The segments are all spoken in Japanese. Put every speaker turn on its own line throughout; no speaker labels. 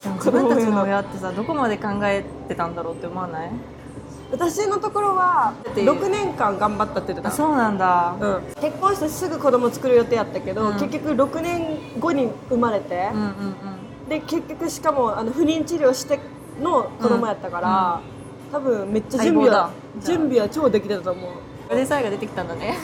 自分たちの親ってさどこまで考えてたんだろうって思わない
私のところは
ていう
6年間頑張ったって言って
あ
た
そうなんだ、
うん、結婚してすぐ子供作る予定やったけど、
うん
結局6年後に生まれて
うん、うんうん
で結局しかもあの不妊治療しての子供やったから、多分めっちゃ準備は
相棒だ
準備は超できてたと思う
ガデサイが出てきたんだね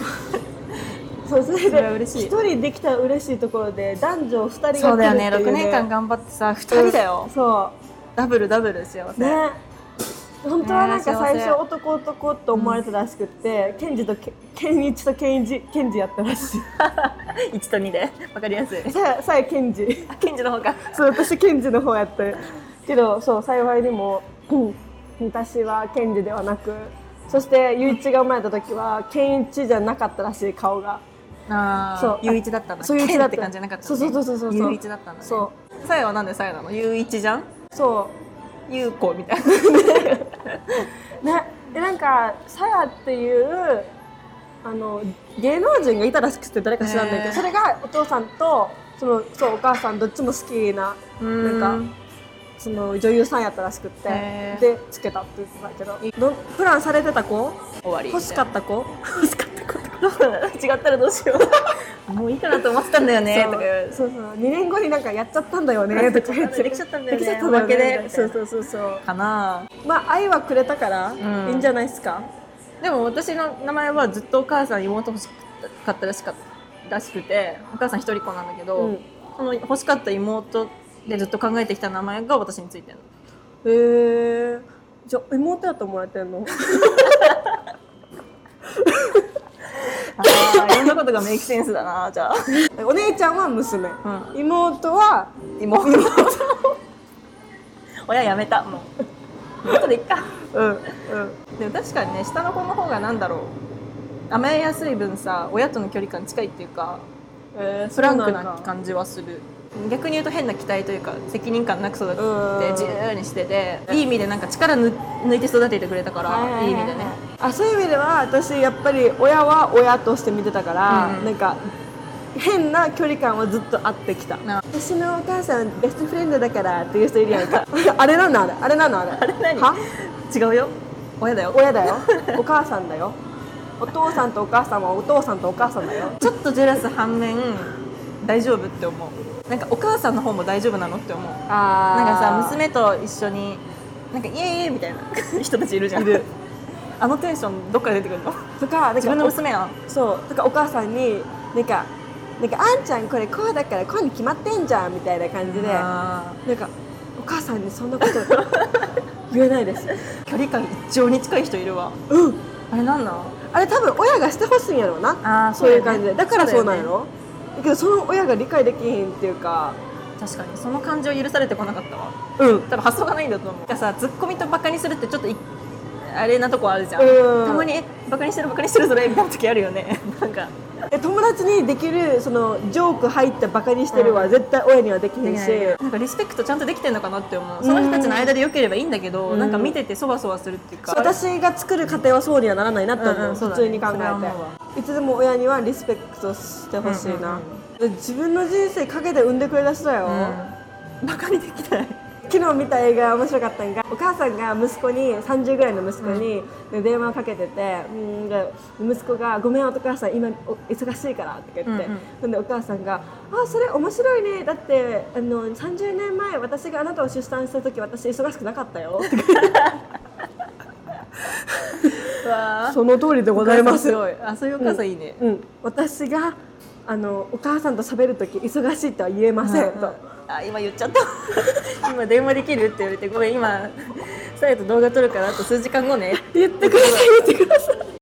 そうそれ
それは
で
嬉しい
一人できたら嬉しいところで男女二人が来るっていう、
そうだ よね6年間頑張ってさ2人だよ、
そ
ダブルダブル幸
う
せ、
ね本当はなんか
ね
最
幸せ
初男男って思われてたらしくって、ケンジとケケンイチとケンイジケンジやったらしい
1と2で分かりやすい
さあさえケンジ
あ賢治の方が
そう私ケンジの方やったけどそう幸いにもうん私はケンジではなくそしてユイチが生まれた時はケンイチじゃなかったらしい顔が
ああ
そう
ゆういちだったんだ
そうユイチ
賢
だっ
ったて感じじゃなかった
そうそうそうそうそう
ゆういちだったんだ、ね、
そう
さやはなんでさやなのゆういちじゃん
そ
ゆうこみたいな
うねでなんかさやっていうあの芸能人がいたらしくて誰か知らんないけ
へー
どそれがお父さんとそのそうお母さんどっちも好きな
うん
なんかその女優さんやったらしくって
へー
でつけたって言ってたけどのプランされてた子
終わり
欲しかった子
欲しかったこと 違ったらどうしよう もういいかなと思ってたんだよね
そ
と
う
か言われて
そうそう2年後になんかやっちゃったんだよねとか言って
できちゃったんだよね
できちゃったんだ
おま
よね
けで
そうそうそうそう
かな
まあ愛はくれたから、
ん
いいんじゃないですか
でも私の名前はずっとお母さん妹欲しかったらしかったらしくてお母さん一人っ子なんだけど、
うん
その欲しかった妹でずっと考えてきた名前が私についてるの
へえじゃあ妹やと思われてん の
あーいろんなことがメイクセンスだなじゃあ
お姉ちゃんは娘、
う
妹は
妹親やめたもう妹でいっか
うんうん
でも確かにね下の子の方がなんだろう甘えやすい分さ親との距離感近いっていうか
えー、
フランクな感じはする逆に言うと変な期待というか責任感なく育て
うん
て自由にしてていい意味でなんか力ぬ抜いて育ててくれたから、
はいはいい
い
い
意味でね
あそういう意味では私やっぱり親は親として見てたから、
うん
なんか変な距離感はずっとあってきた
な
私のお母さんベストフレンドだからっていう人いるや んかあれなんだあれあれなんだあれあれ
何
は
違うよ親だよ
親だよお母さんだよお父さんとお母さんはお父さんとお母さんだよ
ちょっとジェラス反面大丈夫って思うなんかお母さんの方も大丈夫なのって思う
あ
なんかさ娘と一緒になんかイエーイイエーイみたいな 人たちいるじゃん
いる
あのテンションどっから出てくるの
とかなん
自分の
か
娘やん
おそうとかお母さんになんかなんかあんちゃんこれこうだからこうに決まってんじゃんみたいな感じでな
あ
んかお母さんにそんなこと言えないです
ー距離感一常に近い人いるわ
うん
あれなんなん
あれ多分親がしてほしいんやろうな
あー
そういう
そうだよね
感じでだからそうなんや
そ
ろだけどその親が理解できひんっていうか
確かにその感情許されてこなかったわ
うん
多分発想がないんだと思うなんかさツッコミとバカにするってちょっといあれなとこあるじゃん
うん
たまに「えバカにしてるバカにしてるそれ」みたいな時あるよね なんか
え友達にできるそのジョーク入ったバカにしてるは絶対親にはできへんし、
なんかリスペクトちゃんとできてんのかなって思うその人たちの間で良ければいいんだけど、
うん
なんか見ててそわそわするっていうか
私が作る家庭はそうにはならないなと思う,、
うんうんそう
普
だね
通に考
それは思うわ
えていつでも親にはリスペクトしてほしいな、自分の人生かけて産んでくれた人だよ、
うんバカにできない
昨日見た映画面白かったんがお母さんが息子に30ぐらいの息子にで電話をかけてて、うん、で息子が「ごめんお母さん今お忙しいから」って言って、
うんうん
ほんでお母さんが「あそれ面白いねだってあの30年前私があなたを出産した時私忙しくなかっ たよ」
わ
その通りでご
お母さんすごいあそういうお母さんいいね、
うん、私があのお母さんと喋る時忙しいとは言えません、と。
あ今言っちゃった 今電話できるって言われてごめん今さやと動画撮るからあと数時間後ね
言ってください言ってください